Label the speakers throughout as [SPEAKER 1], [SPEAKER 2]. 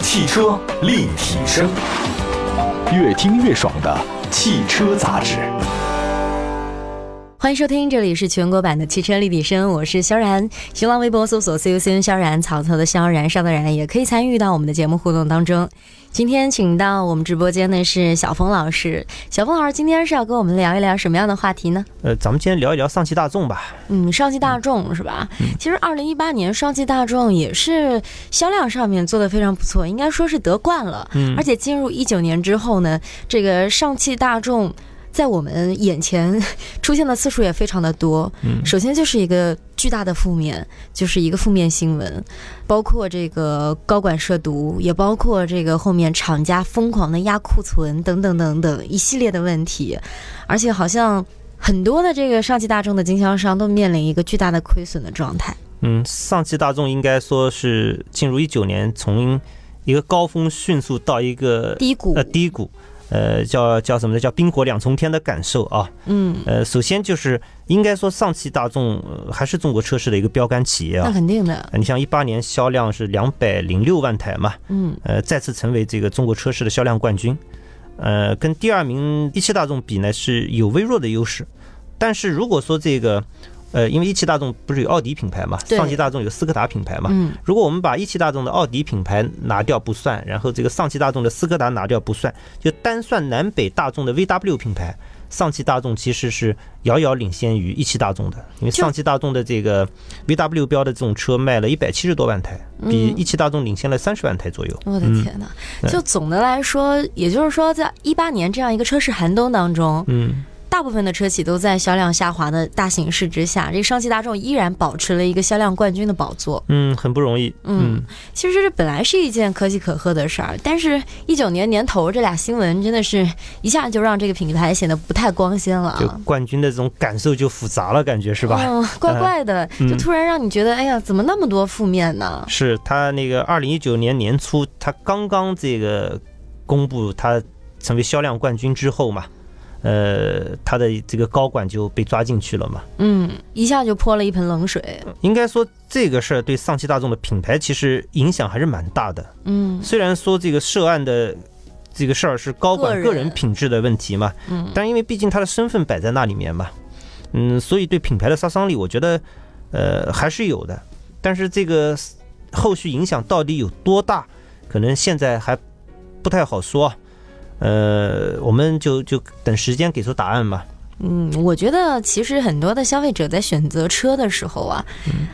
[SPEAKER 1] 汽车立体声，越听越爽的汽车杂志。
[SPEAKER 2] 欢迎收听，这里是全国版的汽车立体声，我是萧然。新浪微博搜索 “CUCN 萧然”，草头的萧，燃烧的燃，也可以参与到我们的节目互动当中。今天请到我们直播间的是小峰老师，小峰老师今天是要跟我们聊一聊什么样的话题呢？
[SPEAKER 3] 呃，咱们今天聊一聊上汽大众吧。
[SPEAKER 2] 嗯，上汽大众是吧？其实二零一八年上汽大众也是销量上面做得非常不错，应该说是得冠了。
[SPEAKER 3] 嗯
[SPEAKER 2] 而且进入一九年之后呢，这个上汽大众在我们眼前出现的次数也非常的多。
[SPEAKER 3] 嗯
[SPEAKER 2] 首先就是一个巨大的负面，就是一个负面新闻，包括这个高管涉毒，也包括这个后面厂家疯狂的压库存等等等等一系列的问题，而且好像。很多的这个上汽大众的经销商都面临一个巨大的亏损的状态。
[SPEAKER 3] 嗯，上汽大众应该说是进入一九年，从一个高峰迅速到一个
[SPEAKER 2] 低谷
[SPEAKER 3] 呃，低谷，呃，叫叫什么呢？叫冰火两重天的感受啊。
[SPEAKER 2] 嗯，
[SPEAKER 3] 呃，首先就是应该说上汽大众、呃还是中国车市的一个标杆企业
[SPEAKER 2] 那
[SPEAKER 3] 啊。
[SPEAKER 2] 肯定的，
[SPEAKER 3] 呃你像一八年销量是两百零六万台嘛，
[SPEAKER 2] 嗯
[SPEAKER 3] 呃，再次成为这个中国车市的销量冠军。呃，跟第二名一汽大众比呢是有微弱的优势，但是如果说这个，呃，因为一汽大众不是有奥迪品牌嘛，
[SPEAKER 2] 对
[SPEAKER 3] 上汽大众有斯柯达品牌嘛，
[SPEAKER 2] 嗯，
[SPEAKER 3] 如果我们把一汽大众的奥迪品牌拿掉不算，然后这个上汽大众的斯柯达拿掉不算，就单算南北大众的 VW 品牌，上汽大众其实是遥遥领先于一汽大众的，因为
[SPEAKER 2] 就
[SPEAKER 3] 上汽大众的这个 VW 标的这种车卖了一百七十多万台，比
[SPEAKER 2] 嗯
[SPEAKER 3] 一汽大众领先了三十万台左右。
[SPEAKER 2] 我的
[SPEAKER 3] 嗯
[SPEAKER 2] 天呐！
[SPEAKER 3] 对
[SPEAKER 2] 就总的来说，也就是说，在一八年这样一个车市寒冬当中，
[SPEAKER 3] 嗯，
[SPEAKER 2] 大部分的车企都在销量下滑的大形势之下，这个上汽大众依然保持了一个销量冠军的宝座。
[SPEAKER 3] 嗯，很不容易。
[SPEAKER 2] 嗯，其实这本来是一件可喜可贺的事儿，但是一九年年头这俩新闻真的是一下就让这个品牌显得不太光鲜了
[SPEAKER 3] 就
[SPEAKER 2] 啊。
[SPEAKER 3] 冠军的这种感受就复杂了，感觉是吧？
[SPEAKER 2] 嗯，怪怪的，
[SPEAKER 3] 嗯
[SPEAKER 2] 就突然让你觉得，哎呀，怎么那么多负面呢？
[SPEAKER 3] 是他那个二零一九年年初，他刚刚这个公布他成为销量冠军之后嘛，呃，他的这个高管就被抓进去了嘛。
[SPEAKER 2] 嗯，一下就泼了一盆冷水。
[SPEAKER 3] 应该说这个事儿对上汽大众的品牌其实影响还是蛮大的。
[SPEAKER 2] 嗯
[SPEAKER 3] 虽然说这个涉案的这个事儿是高管
[SPEAKER 2] 个
[SPEAKER 3] 个
[SPEAKER 2] 人
[SPEAKER 3] 人品质的问题嘛，
[SPEAKER 2] 嗯，
[SPEAKER 3] 但因为毕竟他的身份摆在那里面嘛，嗯，所以对品牌的杀伤力，我觉得呃还是有的。但是这个后续影响到底有多大，可能现在还不太好说。啊呃，我们就就等时间给出答案吧。
[SPEAKER 2] 嗯，我觉得其实很多的消费者在选择车的时候啊，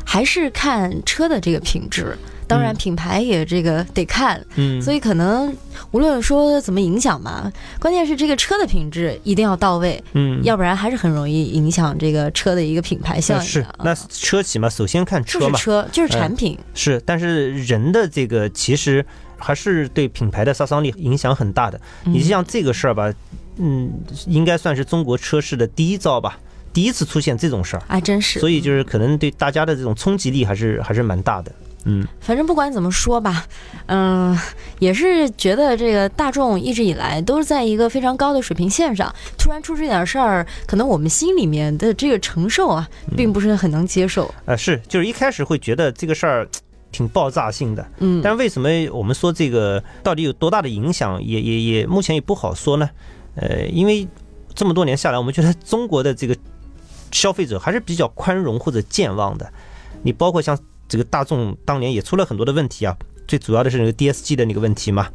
[SPEAKER 2] 还是看车的这个品质。当然，
[SPEAKER 3] 嗯
[SPEAKER 2] 品牌也这个得看，
[SPEAKER 3] 嗯
[SPEAKER 2] 所
[SPEAKER 3] 以
[SPEAKER 2] 以可能无论说怎么影响吧，关键是这个车的品质一定要到位，
[SPEAKER 3] 嗯
[SPEAKER 2] 要不然还是很容易影响这个车的一个品牌效
[SPEAKER 3] 那
[SPEAKER 2] 应
[SPEAKER 3] 呃是
[SPEAKER 2] 的啊。
[SPEAKER 3] 那车企嘛，首先看
[SPEAKER 2] 就
[SPEAKER 3] 车
[SPEAKER 2] 是
[SPEAKER 3] 嘛，
[SPEAKER 2] 车，就是
[SPEAKER 3] 哎
[SPEAKER 2] 产品，
[SPEAKER 3] 是，但是人的这个其实还是对品牌的杀伤力影响很大的。你
[SPEAKER 2] 嗯
[SPEAKER 3] 像这个事儿吧，嗯，应该算是中国车市的第一遭吧，第一次出现这种事儿，
[SPEAKER 2] 还哎真是。
[SPEAKER 3] 所以就是可能对大家的这种冲击力还是还是蛮大的。嗯，
[SPEAKER 2] 反正不管怎么说吧，嗯、也是觉得这个大众一直以来都是在一个非常高的水平线上，突然出这点事儿，可能我们心里面的这个承受啊，
[SPEAKER 3] 嗯
[SPEAKER 2] 并不是很能接受。
[SPEAKER 3] 呃，是，就是一开始会觉得这个事儿挺爆炸性的，
[SPEAKER 2] 嗯，
[SPEAKER 3] 但为什么我们说这个到底有多大的影响，也也也目前也不好说呢？呃，因为这么多年下来，我们觉得中国的这个消费者还是比较宽容或者健忘的。你包括像这个大众当年也出了很多的问题啊，最主要的是那个 DSG 的那个问题嘛，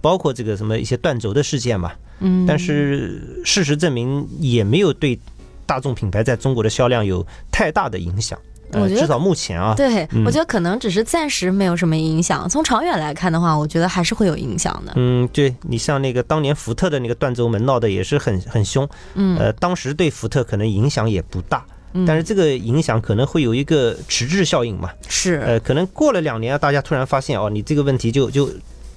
[SPEAKER 3] 包括这个什么一些断轴的事件嘛。
[SPEAKER 2] 嗯，
[SPEAKER 3] 但是事实证明，也没有对大众品牌在中国的销量有太大的影响。
[SPEAKER 2] 我
[SPEAKER 3] 呃，
[SPEAKER 2] 觉得
[SPEAKER 3] 至少目前啊，
[SPEAKER 2] 对、
[SPEAKER 3] 嗯
[SPEAKER 2] 我觉得可能只是暂时没有什么影响，从长远来看的话，我觉得还是会有影响的。
[SPEAKER 3] 嗯，对你像那个当年福特的那个断轴门闹得也是很很凶，
[SPEAKER 2] 嗯，
[SPEAKER 3] 呃，当时对福特可能影响也不大，
[SPEAKER 2] 嗯
[SPEAKER 3] 但是这个影响可能会有一个迟滞效应嘛，
[SPEAKER 2] 是、
[SPEAKER 3] 呃，可能过了两年啊，大家突然发现哦，你这个问题就就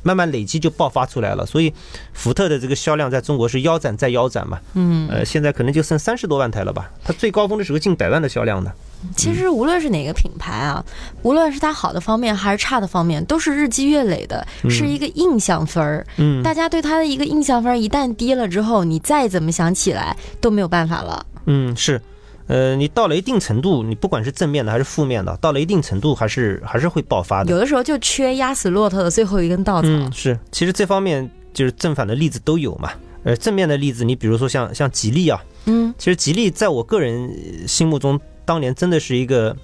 [SPEAKER 3] 慢慢累积就爆发出来了，所以福特的这个销量在中国是腰斩再腰斩嘛，
[SPEAKER 2] 嗯，
[SPEAKER 3] 呃，现在可能就剩三十多万台了吧，它最高峰的时候近百万的销量的，
[SPEAKER 2] 其实无论是哪个品牌啊，无论是它好的方面还是差的方面，都是日积月累的，是一个印象分儿。
[SPEAKER 3] 嗯
[SPEAKER 2] 大家对他的一个印象分儿一旦低了之后，你再怎么想起来都没有办法了。
[SPEAKER 3] 嗯是。呃，你到了一定程度，你不管是正面的还是负面的，到了一定程度还是还是会爆发的。
[SPEAKER 2] 有的时候就缺压死骆驼的最后一根稻草。
[SPEAKER 3] 嗯，是，其实这方面就是正反的例子都有嘛。呃，正面的例子，你比如说像像吉利啊，
[SPEAKER 2] 嗯
[SPEAKER 3] 其实吉利在我个人心目中，当年真的是一个，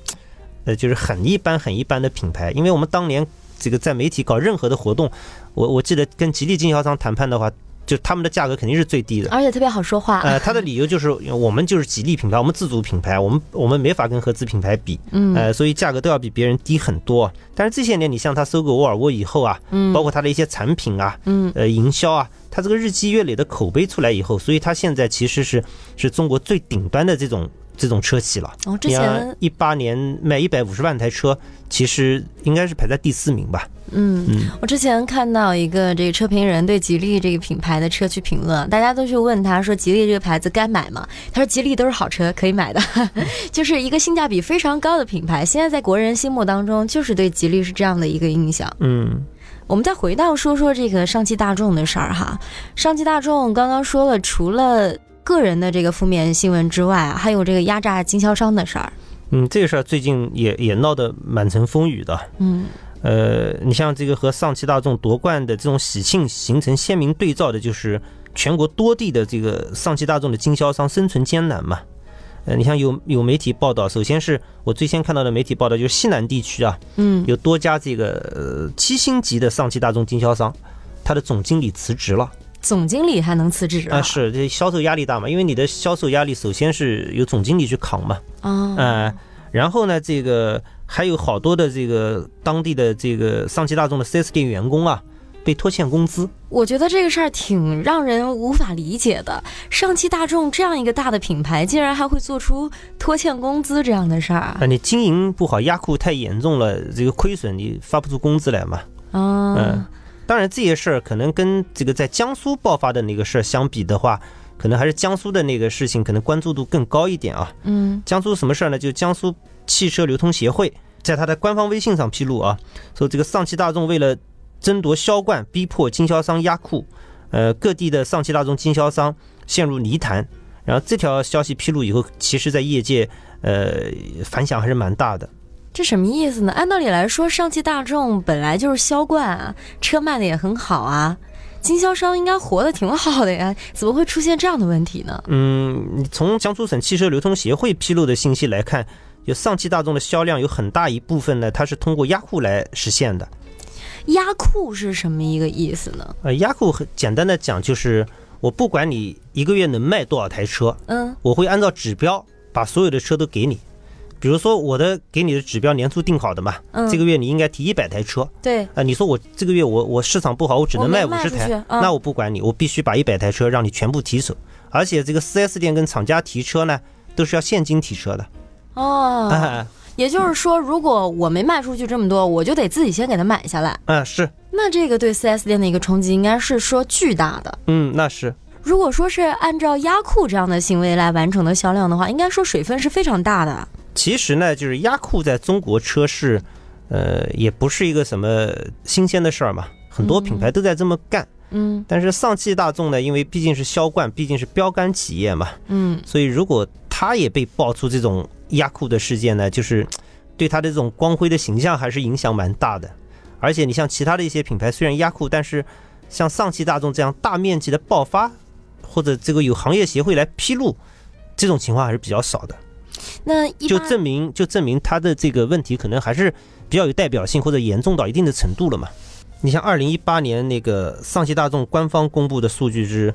[SPEAKER 3] 呃，就是很一般很一般的品牌。因为我们当年这个在媒体搞任何的活动，我我记得跟吉利经销商谈判的话，就他们的价格肯定是最低的。
[SPEAKER 2] 而且特别好说 话。
[SPEAKER 3] 呃，他的理由就是我们就是吉利品牌，我们自主品牌，我们我们没法跟合资品牌比，
[SPEAKER 2] 嗯
[SPEAKER 3] 呃，所以价格都要比别人低很多。但是这些年，你像他收购沃尔沃以后啊，
[SPEAKER 2] 嗯，
[SPEAKER 3] 包括它的一些产品啊，
[SPEAKER 2] 嗯
[SPEAKER 3] 呃，营销啊，它这个日积月累的口碑出来以后，所以它现在其实是是中国最顶端的这种这种车企了。
[SPEAKER 2] 哦，之
[SPEAKER 3] 你
[SPEAKER 2] 前
[SPEAKER 3] 像一八年卖一百五十万台车，其实应该是排在第四名吧。
[SPEAKER 2] 嗯
[SPEAKER 3] 嗯，
[SPEAKER 2] 我之前看到一个这个车评人对吉利这个品牌的车去评论，大家都去问他说吉利这个牌子该买吗？他说吉利都是好车，可以 买的，就是一个性价比非常高的品牌。现在在国人心目当中，就是对吉利是这样的一个印象。
[SPEAKER 3] 嗯，
[SPEAKER 2] 我们再回到说说这个上汽大众的事儿哈，上汽大众刚刚说了，除了个人的这个负面新闻之外啊，还有这个压榨经销商的事儿。
[SPEAKER 3] 嗯，这个事儿最近也也闹得满城风雨的。
[SPEAKER 2] 嗯
[SPEAKER 3] 呃，你像这个和上汽大众夺冠的这种喜庆形成鲜明对照的，就是全国多地的这个上汽大众的经销商生存艰难嘛。呃，你像有有媒体报道，首先是我最先看到的媒体报道，就是西南地区啊，
[SPEAKER 2] 嗯
[SPEAKER 3] 有多家这个呃七星级的上汽大众经销商，他的总经理辞职了
[SPEAKER 2] 总经理还能辞职
[SPEAKER 3] 啊，是这销售压力大嘛，因为你的销售压力首先是由总经理去扛嘛，
[SPEAKER 2] 啊，
[SPEAKER 3] 呃，然后呢，这个还有好多的这个当地的这个上汽大众的 4S 店员工啊，被拖欠工资。
[SPEAKER 2] 我觉得这个事儿挺让人无法理解的。上汽大众这样一个大的品牌，竟然还会做出拖欠工资这样的事儿
[SPEAKER 3] 啊，你经营不好，压库太严重了，这个亏损你发不出工资来嘛。嗯
[SPEAKER 2] 啊！
[SPEAKER 3] 当然，这些事儿可能跟这个在江苏爆发的那个事儿相比的话，可能还是江苏的那个事情可能关注度更高一点啊。
[SPEAKER 2] 嗯
[SPEAKER 3] 江苏什么事儿呢？就江苏汽车流通协会在它的官方微信上披露啊，说这个上汽大众为了争夺销冠，逼迫经销商压库，呃，各地的上汽大众经销商陷入泥潭。然后这条消息披露以后，其实在业界呃反响还是蛮大的。
[SPEAKER 2] 这什么意思呢？按道理来说，上汽大众本来就是销冠啊，车卖的也很好啊，经销商应该活得挺好的呀，怎么会出现这样的问题呢？
[SPEAKER 3] 嗯，你从江苏省汽车流通协会披露的信息来看，有上汽大众的销量有很大一部分呢，它是通过压库来实现的。
[SPEAKER 2] 压库是什么一个意思呢？
[SPEAKER 3] 呃，压库很简单的讲就是，我不管你一个月能卖多少台车，
[SPEAKER 2] 嗯
[SPEAKER 3] 我会按照指标把所有的车都给你。比如说我的给你的指标年初定好的嘛，
[SPEAKER 2] 嗯，
[SPEAKER 3] 这个月你应该提一百台车啊、
[SPEAKER 2] 对，
[SPEAKER 3] 你说我这个月我我市场不好，我只能卖
[SPEAKER 2] 我
[SPEAKER 3] 五
[SPEAKER 2] 没卖
[SPEAKER 3] 十
[SPEAKER 2] 出去
[SPEAKER 3] 台，
[SPEAKER 2] 嗯
[SPEAKER 3] 那我不管你，我必须把一百台车让你全部提走。而且这个 4S 店跟厂家提车呢，都是要现金提车的。
[SPEAKER 2] 哦，
[SPEAKER 3] 啊
[SPEAKER 2] 也就是说，如果我没卖出去这么多，我就得自己先给它买下来。
[SPEAKER 3] 啊是，
[SPEAKER 2] 那这个对 4S 店的一个冲击应该是说巨大的。
[SPEAKER 3] 嗯那是，
[SPEAKER 2] 如果说是按照压库这样的行为来完成的销量的话，应该说水分是非常大的。啊
[SPEAKER 3] 其实呢，就是压库在中国车市，呃，也不是一个什么新鲜的事儿嘛，很多品牌都在这么干。
[SPEAKER 2] 嗯
[SPEAKER 3] 但是上汽大众呢，因为毕竟是销冠，毕竟是标杆企业嘛，
[SPEAKER 2] 嗯，
[SPEAKER 3] 所以如果它也被爆出这种压库的事件呢，就是对它的这种光辉的形象还是影响蛮大的。而且你像其他的一些品牌，虽然压库，但是像上汽大众这样大面积的爆发，或者这个有行业协会来披露，这种情况还是比较少的。
[SPEAKER 2] 那一
[SPEAKER 3] 就
[SPEAKER 2] 般
[SPEAKER 3] 证明就证明他的这个问题可能还是比较有代表性或者严重到一定的程度了嘛。你像二零一八年那个上汽大众官方公布的数据是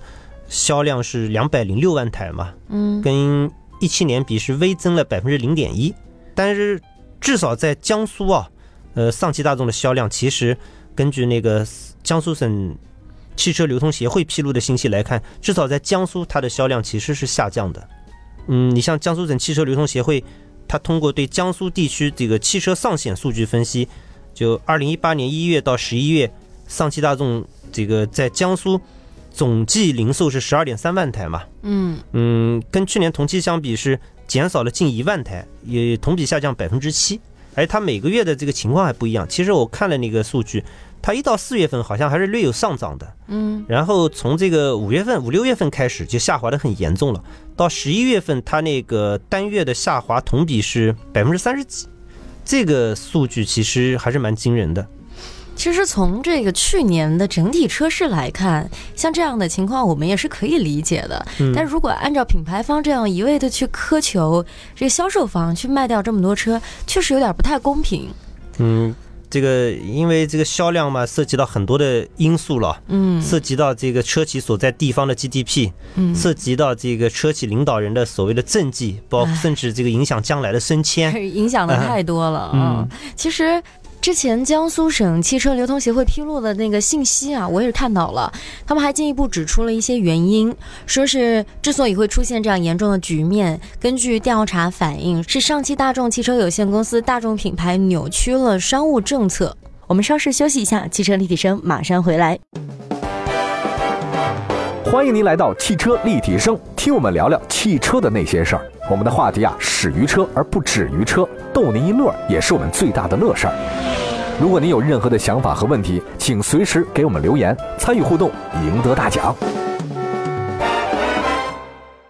[SPEAKER 3] 销量是两百零六万台嘛，
[SPEAKER 2] 嗯
[SPEAKER 3] 跟一七年比是微增了百分之零点一，但是至少在江苏啊，呃，上汽大众的销量其实根据那个江苏省汽车流通协会披露的信息来看，至少在江苏它的销量其实是下降的。嗯，你像江苏省汽车流通协会，它通过对江苏地区这个汽车上险数据分析，就二零一八年一月到十一月，上汽大众这个在江苏总计零售是十二点三万台嘛，
[SPEAKER 2] 嗯
[SPEAKER 3] 嗯，跟去年同期相比是减少了近一万台，也同比下降百分之七。哎，它每个月的这个情况还不一样。其实我看了那个数据，它一到四月份好像还是略有上涨的，
[SPEAKER 2] 嗯
[SPEAKER 3] 然后从这个五月份、五六月份开始就下滑的很严重了，到十一月份，它那个单月的下滑同比是百分之三十几，这个数据其实还是蛮惊人的。
[SPEAKER 2] 其实从这个去年的整体车市来看，像这样的情况我们也是可以理解的。但如果按照品牌方这样一味的去苛求这个销售方去卖掉这么多车，确实有点不太公平。
[SPEAKER 3] 嗯，这个因为这个销量嘛，涉及到很多的因素了，
[SPEAKER 2] 嗯
[SPEAKER 3] 涉及到这个车企所在地方的 GDP，
[SPEAKER 2] 嗯，
[SPEAKER 3] 涉及到这个车企领导人的所谓的政绩，包括
[SPEAKER 2] 唉
[SPEAKER 3] 甚至这个影响将来的升迁。
[SPEAKER 2] 影响的太多了啊、其实。之前江苏省汽车流通协会披露的那个信息啊，我也是看到了。他们还进一步指出了一些原因，说是之所以会出现这样严重的局面，根据调查反映，是上汽大众汽车有限公司大众品牌扭曲了商务政策。我们稍事休息一下，汽车立体声马上回来。
[SPEAKER 1] 欢迎您来到汽车立体声，听我们聊聊汽车的那些事儿。我们的话题啊，始于车而不止于车，逗您一乐儿也是我们最大的乐事儿。如果您有任何的想法和问题，请随时给我们留言，参与互动，赢得大奖。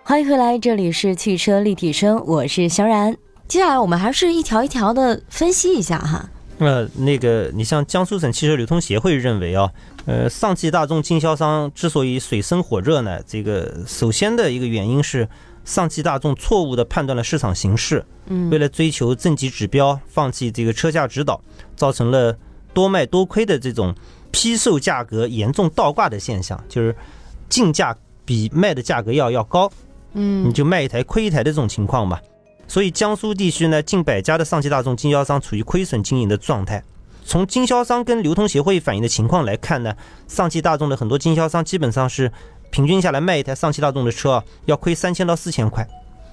[SPEAKER 2] 欢迎回来，这里是汽车立体声，我是小冉。接下来我们还是一条一条的分析一下哈。
[SPEAKER 3] 呃，那个，你像江苏省汽车流通协会认为啊，呃，上汽大众经销商之所以水深火热呢，这个首先的一个原因是上汽大众错误的判断了市场形势，
[SPEAKER 2] 嗯
[SPEAKER 3] 为了追求政绩指标，放弃这个车价指导，造成了多卖多亏的这种批售价格严重倒挂的现象，就是竞价比卖的价格要要高，
[SPEAKER 2] 嗯
[SPEAKER 3] 你就卖一台亏一台的这种情况嘛。所以江苏地区呢，近百家的上汽大众经销商处于亏损经营的状态。从经销商跟流通协会反映的情况来看呢，上汽大众的很多经销商基本上是平均下来卖一台上汽大众的车啊，要亏三千到四千块。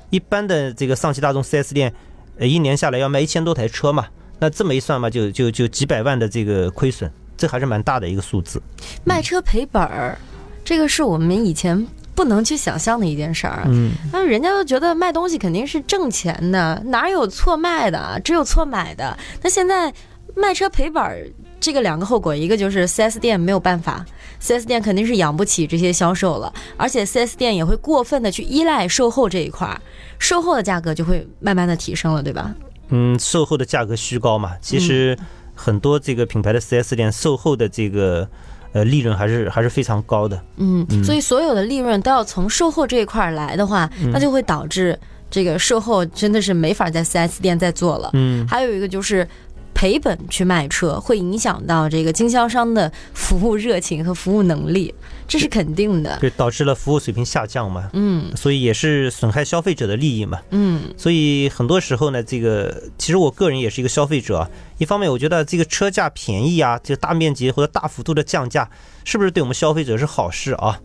[SPEAKER 3] 一般的这个上汽大众 4S 店，呃，一年下来要卖一千多台车嘛，那这么一算嘛，就就就几百万的这个亏损，这还是蛮大的一个数字。
[SPEAKER 2] 卖车赔本儿，这个是我们以前不能去想象的一件事儿。啊
[SPEAKER 3] 嗯，
[SPEAKER 2] 那人家都觉得卖东西肯定是挣钱的，哪有错卖的，啊只有错买的。那现在卖车赔本儿，这个两个后果，一个就是 4S 店没有办法，4S 店肯定是养不起这些销售了，而且 4S 店也会过分的去依赖售后这一块儿，售后的价格就会慢慢的提升了，对吧？
[SPEAKER 3] 嗯，售后的价格虚高嘛，其实很多这个品牌的 4S 店售后的这个呃利润还是还是非常高的。
[SPEAKER 2] 嗯，所以所有的利润都要从售后这一块儿来的话，那就会导致这个售后真的是没法在 4S 店再做了。
[SPEAKER 3] 嗯，
[SPEAKER 2] 还有一个就是赔本去卖车，会影响到这个经销商的服务热情和服务能力，这是肯定的。
[SPEAKER 3] 对，导致了服务水平下降嘛，
[SPEAKER 2] 嗯
[SPEAKER 3] 所以也是损害消费者的利益嘛。
[SPEAKER 2] 嗯
[SPEAKER 3] 嗯所以很多时候呢，这个其实我个人也是一个消费者啊。一方面，我觉得这个车价便宜啊，这个大面积或者大幅度的降价，是不是对我们消费者是好事啊？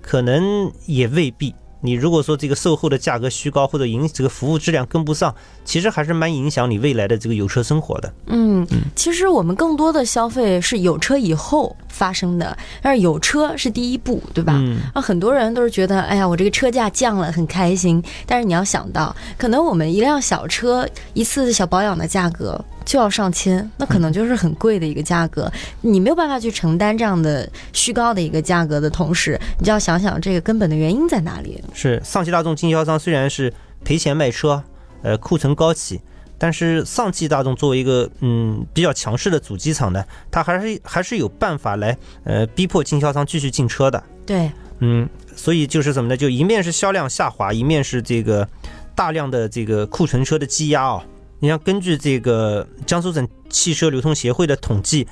[SPEAKER 3] 可能也未必。你如果说这个售后的价格虚高，或者影这个服务质量跟不上，其实还是蛮影响你未来的这个有车生活的。
[SPEAKER 2] 嗯，其实我们更多的消费是有车以后发生的，但是有车是第一步，对吧？
[SPEAKER 3] 嗯
[SPEAKER 2] 啊，很多人都是觉得，哎呀，我这个车价降了，很开心。但是你要想到，可能我们一辆小车一次小保养的价格就要上千，那可能就是很贵的一个价格，你没有办法去承担这样的虚高的一个价格的同时，你就要想想这个根本的原因在哪里。
[SPEAKER 3] 是上汽大众经销商虽然是赔钱卖车，呃，库存高企，但是上汽大众作为一个嗯比较强势的主机厂呢，它还是还是有办法来呃逼迫经销商继续进车的。
[SPEAKER 2] 对，
[SPEAKER 3] 嗯，所以就是什么呢？就一面是销量下滑，一面是这个大量的这个库存车的积压啊、你像根据这个江苏省汽车流通协会的统计，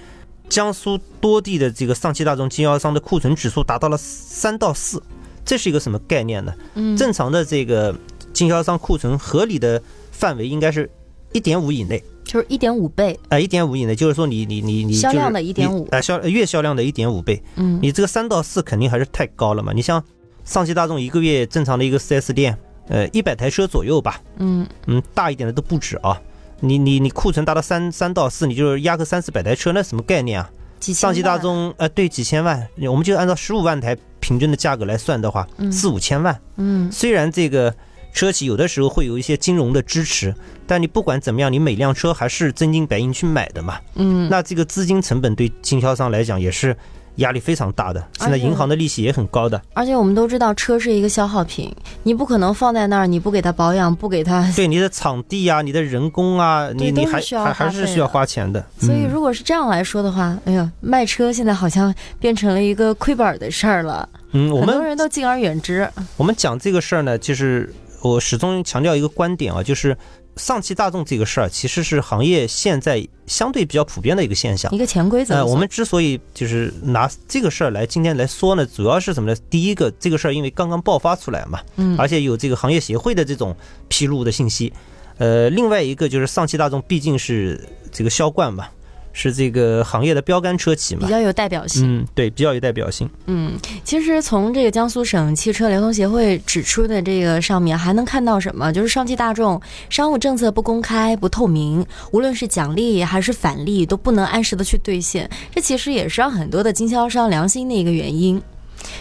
[SPEAKER 3] 江苏多地的这个上汽大众经销商的库存指数达到了三到四，这是一个什么概念呢？
[SPEAKER 2] 嗯
[SPEAKER 3] 正常的这个经销商库存合理的范围应该是一点五以内，
[SPEAKER 2] 就是一点五倍，
[SPEAKER 3] 啊、呃，一点五以内，就是说你你你你
[SPEAKER 2] 销量
[SPEAKER 3] 就是
[SPEAKER 2] 的1.5
[SPEAKER 3] 你呃，销月销量的一点五倍，
[SPEAKER 2] 嗯
[SPEAKER 3] 你这个三到四肯定还是太高了嘛。你像上汽大众一个月正常的一个 4S 店，呃，一百台车左右吧，
[SPEAKER 2] 嗯
[SPEAKER 3] 嗯，大一点的都不止啊。你你你库存达到三三到四，你就是压个三四百台车，那什么概念啊？
[SPEAKER 2] 几千
[SPEAKER 3] 上汽大
[SPEAKER 2] 万，
[SPEAKER 3] 众呃，对，几千万，我们就按照十五万台平均的价格来算的话，
[SPEAKER 2] 嗯
[SPEAKER 3] 四五千万。
[SPEAKER 2] 嗯
[SPEAKER 3] 虽然这个车企有的时候会有一些金融的支持，但你不管怎么样，你每辆车还是真金白银去买的嘛。
[SPEAKER 2] 嗯，
[SPEAKER 3] 那这个资金成本对经销商来讲也是压力非常大
[SPEAKER 2] 哎
[SPEAKER 3] 的，现在银行的利息也很高的。
[SPEAKER 2] 而且我们都知道车是一个消耗品，你不可能放在那儿，你不给它保养，不给它。
[SPEAKER 3] 对你的场地啊，你的人工啊，
[SPEAKER 2] 对
[SPEAKER 3] 你你
[SPEAKER 2] 都是
[SPEAKER 3] 还
[SPEAKER 2] 需要
[SPEAKER 3] 还
[SPEAKER 2] 花
[SPEAKER 3] 还
[SPEAKER 2] 费
[SPEAKER 3] 是需要花钱的。
[SPEAKER 2] 所以如果是这样来说的话，哎呀，卖车现在好像变成了一个亏本儿的事儿了，
[SPEAKER 3] 嗯，我
[SPEAKER 2] 很
[SPEAKER 3] 们啊
[SPEAKER 2] 多人都敬而远之。
[SPEAKER 3] 我们讲这个事儿呢，就是我始终强调一个观点啊，就是上汽大众这个事儿其实是行业现在相对比较普遍的一个现象
[SPEAKER 2] 一。个潜规则。
[SPEAKER 3] 呃，我们之所以就是拿这个事儿来今天来说呢，主要是什么呢？第一个，这个事儿因为刚刚爆发出来嘛，
[SPEAKER 2] 嗯
[SPEAKER 3] 而且有这个行业协会的这种披露的信息。呃，另外一个就是上汽大众毕竟是这个销冠嘛，是这个行业的标杆车企
[SPEAKER 2] 比
[SPEAKER 3] 嘛，
[SPEAKER 2] 较有代表性。
[SPEAKER 3] 嗯，对，比较有代表性。
[SPEAKER 2] 嗯，其实从这个江苏省汽车联通协会指出的这个上面，还能看到什么？就是上汽大众商务政策不公开、不透明，无论是奖励还是返利，都不能按时的去兑现。这其实也是让很多的经销商良心的一个原因。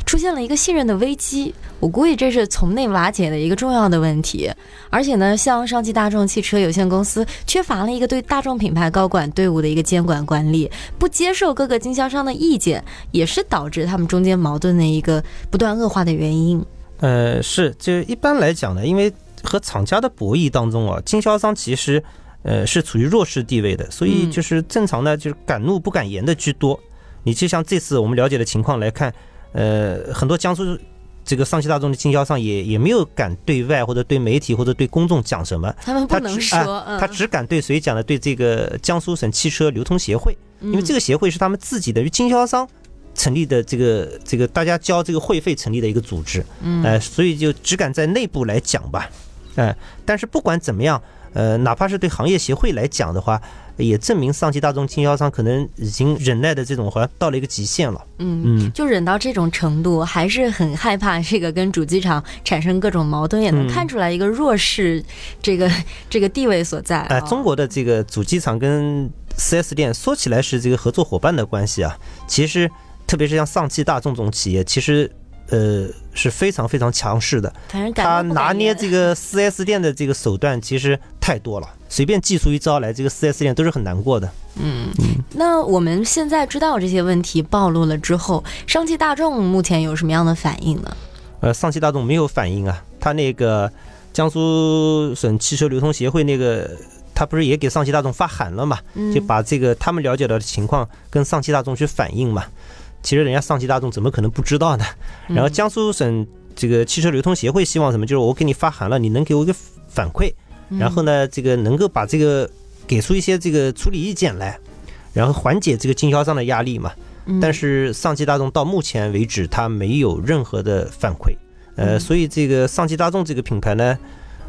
[SPEAKER 2] 出现了一个信任的危机，我估计这是从内瓦解的一个重要的问题。而且呢，像上汽大众汽车有限公司缺乏了一个对大众品牌高管队伍的一个监管管理，不接受各个经销商的意见，也是导致他们中间矛盾的一个不断恶化的原因。
[SPEAKER 3] 呃，是，就一般来讲呢，因为和厂家的博弈当中啊，经销商其实呃是处于弱势地位的，所以
[SPEAKER 2] 嗯
[SPEAKER 3] 就是正常呢，就是敢怒不敢言的居多。你就像这次我们了解的情况来看，呃，很多江苏这个上汽大众的经销商也也没有敢对外或者对媒体或者对公众讲什么，
[SPEAKER 2] 他们不
[SPEAKER 3] 他
[SPEAKER 2] 能
[SPEAKER 3] 只哎
[SPEAKER 2] 说，嗯，
[SPEAKER 3] 他只敢对谁讲呢？对这个江苏省汽车流通协会，
[SPEAKER 2] 因
[SPEAKER 3] 因为这
[SPEAKER 2] 个
[SPEAKER 3] 个协会是他们自己的经销商成立的，这个这个大家交这个会费成立的一个组织，
[SPEAKER 2] 嗯
[SPEAKER 3] 呃，所以就只敢在内部来讲吧，哎、但是不管怎么样，呃，哪怕是对行业协会来讲的话，也证明上汽大众经销商可能已经忍耐的这种好像到了一个极限了，
[SPEAKER 2] 嗯。
[SPEAKER 3] 嗯。
[SPEAKER 2] 就忍到这种程度，还是很害怕这个跟主机厂产生各种矛盾，也能
[SPEAKER 3] 嗯
[SPEAKER 2] 看出来一个弱势这个 这个地位所在啊。
[SPEAKER 3] 哎，中国的这个主机厂跟 4S 店说起来是这个合作伙伴的关系啊，其实特别是像上汽大众这种企业，其实呃是非常非常强势的。
[SPEAKER 2] 反正
[SPEAKER 3] 他
[SPEAKER 2] 感觉不
[SPEAKER 3] 拿
[SPEAKER 2] 敢
[SPEAKER 3] 捏
[SPEAKER 2] 言
[SPEAKER 3] 这个 4S 店的这个手段其实太多了，随便技术一招来，这个 4S 店都是很难过的。
[SPEAKER 2] 嗯，那我们现在知道这些问题暴露了之后，上汽大众目前有什么样的反应呢？
[SPEAKER 3] 呃，上汽大众没有反应啊，他那个江苏省汽车流通协会那个，他不是也给上汽大众发函了嘛？
[SPEAKER 2] 嗯
[SPEAKER 3] 就把这个他们了解到的情况跟上汽大众去反映嘛。其实人家上汽大众怎么可能不知道呢？
[SPEAKER 2] 嗯
[SPEAKER 3] 然后江苏省这个汽车流通协会希望什么？就是我给你发函了，你能给我一个反馈，
[SPEAKER 2] 嗯
[SPEAKER 3] 然后呢，这个能够把这个给出一些这个处理意见来，然后缓解这个经销商的压力嘛。
[SPEAKER 2] 嗯，
[SPEAKER 3] 但
[SPEAKER 2] 是
[SPEAKER 3] 是上汽大众到目前为止，它没有任何的反馈，呃，
[SPEAKER 2] 嗯
[SPEAKER 3] 所以这个上汽大众这个品牌呢，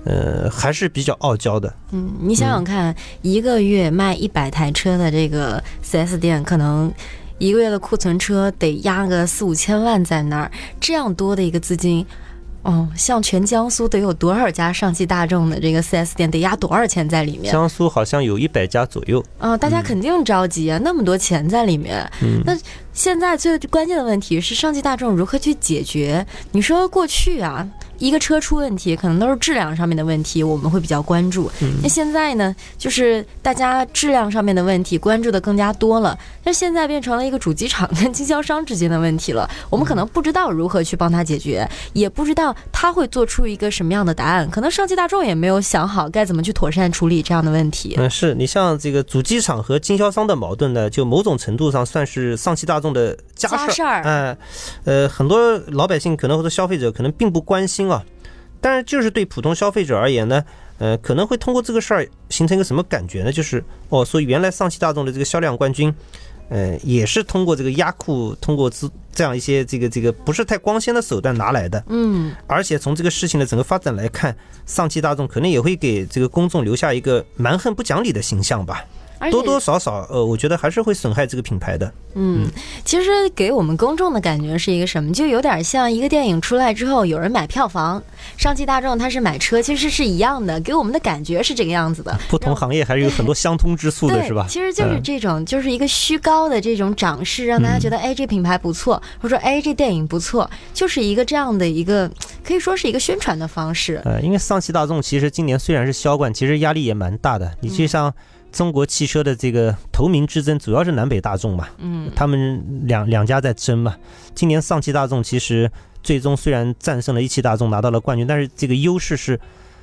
[SPEAKER 3] 呃，还是比较傲娇的。
[SPEAKER 2] 嗯，你想想看，一个月卖一百台车的这个 4S 店，可能一个月的库存车得压个四五千万在那儿，这样多的一个资金。哦，像全江苏得有多少家上汽大众的这个 4S 店，得压多少钱在里面？
[SPEAKER 3] 江苏好像有一百家左右，
[SPEAKER 2] 啊、大家肯定着急啊，那么多钱在里面。
[SPEAKER 3] 嗯
[SPEAKER 2] 那现在最关键的问题是上汽大众如何去解决？你说过去啊，一个车出问题，可能都是质量上面的问题，我们会比较关注。
[SPEAKER 3] 嗯
[SPEAKER 2] 那现在呢，就是大家质量上面的问题关注的更加多了。那现在变成了一个主机厂跟经销商之间的问题了，我们可能不知道如何去帮他解决，也不知道他会做出一个什么样的答案。可能上汽大众也没有想好该怎么去妥善处理这样的问题。
[SPEAKER 3] 嗯，是你像这个主机厂和经销商的矛盾呢，就某种程度上算是上汽大众的家事
[SPEAKER 2] 家
[SPEAKER 3] 儿。
[SPEAKER 2] 事儿
[SPEAKER 3] 嗯，呃，很多老百姓可能或者消费者可能并不关心啊，但是就是对普通消费者而言呢，呃，可能会通过这个事儿形成一个什么感觉呢？就是哦，所以原来上汽大众的这个销量冠军。呃，也是通过这个压库，通过这这样一些这个这个不是太光鲜的手段拿来的。
[SPEAKER 2] 嗯，
[SPEAKER 3] 而且从这个事情的整个发展来看，上汽大众可能也会给这个公众留下一个蛮横不讲理的形象吧。
[SPEAKER 2] 而且
[SPEAKER 3] 多多少少，呃，我觉得还是会损害这个品牌的。
[SPEAKER 2] 嗯，其实给我们公众的感觉是一个什么？就有点像一个电影出来之后，有人买票房，上汽大众它是买车，其实是一样的，给我们的感觉是这个样子的。
[SPEAKER 3] 不同行业还是有很多相通之处的，
[SPEAKER 2] 对，
[SPEAKER 3] 是吧？
[SPEAKER 2] 其实就是
[SPEAKER 3] 嗯
[SPEAKER 2] 这种，就是一个虚高的这种涨势，让大家觉得、哎，这品牌不错，或者说哎，这电影不错，就是一个这样的一个，可以说是一个宣传的方式。
[SPEAKER 3] 呃，因为上汽大众其实今年虽然是销冠，其实压力也蛮大的。
[SPEAKER 2] 嗯
[SPEAKER 3] 你就像中国汽车的这个头名之争，主要是南北大众嘛，
[SPEAKER 2] 嗯
[SPEAKER 3] 他们两两家在争嘛。今年上汽大众其实最终虽然战胜了一汽大众，拿到了冠军，但是这个优势是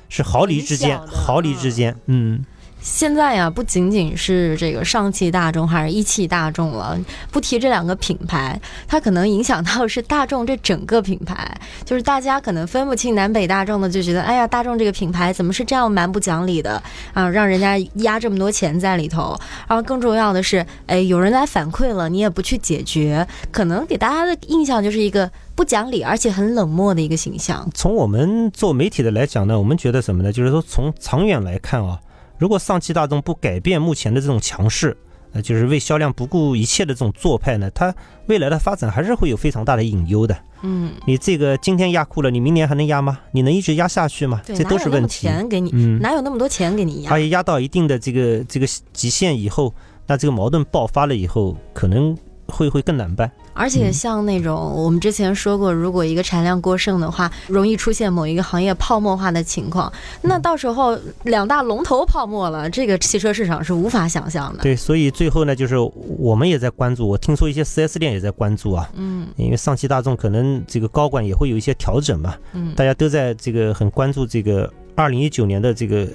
[SPEAKER 3] 是毫厘之间
[SPEAKER 2] 很，小的
[SPEAKER 3] 毫厘之间，嗯，
[SPEAKER 2] 现在呀、不仅仅是这个上汽大众还是一汽大众了，不提这两个品牌，它可能影响到是大众这整个品牌，就是大家可能分不清南北大众的，就觉得哎呀，大众这个品牌怎么是这样蛮不讲理的啊，让人家压这么多钱在里头。然后更重要的是，哎，有人来反馈了，你也不去解决，可能给大家的印象就是一个不讲理而且很冷漠的一个形象。
[SPEAKER 3] 从我们做媒体的来讲呢，我们觉得什么呢？就是说从长远来看啊，如果上汽大众不改变目前的这种强势，呃，就是为销量不顾一切的这种做派呢，它未来的发展还是会有非常大的隐忧的。
[SPEAKER 2] 嗯，
[SPEAKER 3] 你这个今天压库了，你明年还能压吗？你能一直压下去吗？
[SPEAKER 2] 对，
[SPEAKER 3] 这都
[SPEAKER 2] 哪
[SPEAKER 3] 是
[SPEAKER 2] 有那
[SPEAKER 3] 问
[SPEAKER 2] 么
[SPEAKER 3] 题。
[SPEAKER 2] 钱给你，
[SPEAKER 3] 嗯，
[SPEAKER 2] 哪有那么多钱给你呀？
[SPEAKER 3] 而且压到一定的这个这个极限以后，那这个矛盾爆发了以后，可能会会更难办。
[SPEAKER 2] 而且
[SPEAKER 3] 嗯
[SPEAKER 2] 像那种、我们之前说过，如果一个产量过剩的话，容易出现某一个行业泡沫化的情况。那到时候两大龙头泡沫了，这个汽车市场是无法想象的。
[SPEAKER 3] 对，所以最后呢，就是我们也在关注，我听说一些 4S 店也在关注啊，
[SPEAKER 2] 嗯
[SPEAKER 3] 因为上汽大众可能这个高管也会有一些调整嘛，
[SPEAKER 2] 嗯，
[SPEAKER 3] 大家都在这个很关注这个2019年的这个呃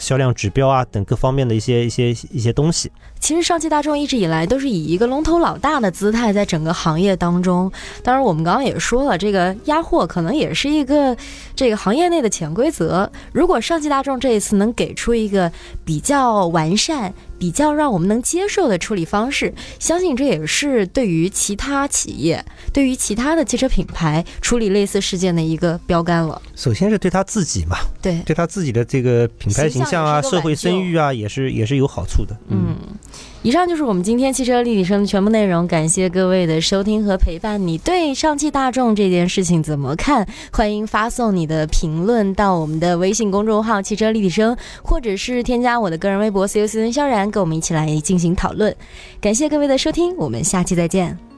[SPEAKER 3] 销量指标啊等各方面的一些一些一些东西。
[SPEAKER 2] 其实上汽大众一直以来都是以一个龙头老大的姿态在整个行业当中。当然，我们刚刚也说了，这个压货可能也是一个这个行业内的潜规则。如果上汽大众这一次能给出一个比较完善、比较让我们能接受的处理方式，相信这也是对于其他企业、对于其他的汽车品牌处理类似事件的一个标杆了。
[SPEAKER 3] 首先是对他自己嘛，
[SPEAKER 2] 对，
[SPEAKER 3] 对他自己的这个品牌
[SPEAKER 2] 形
[SPEAKER 3] 形
[SPEAKER 2] 象
[SPEAKER 3] 象啊、
[SPEAKER 2] 也是一个
[SPEAKER 3] 社会
[SPEAKER 2] 挽救
[SPEAKER 3] 声誉啊，也是也是有好处的。
[SPEAKER 2] 嗯，以上就是我们今天汽车立体声的全部内容，感谢各位的收听和陪伴。你对上汽大众这件事情怎么看？欢迎发送你的评论到我们的微信公众号“汽车立体声”，或者是添加我的个人微博 “CUCN 萧然”，跟我们一起来进行讨论。感谢各位的收听，我们下期再见。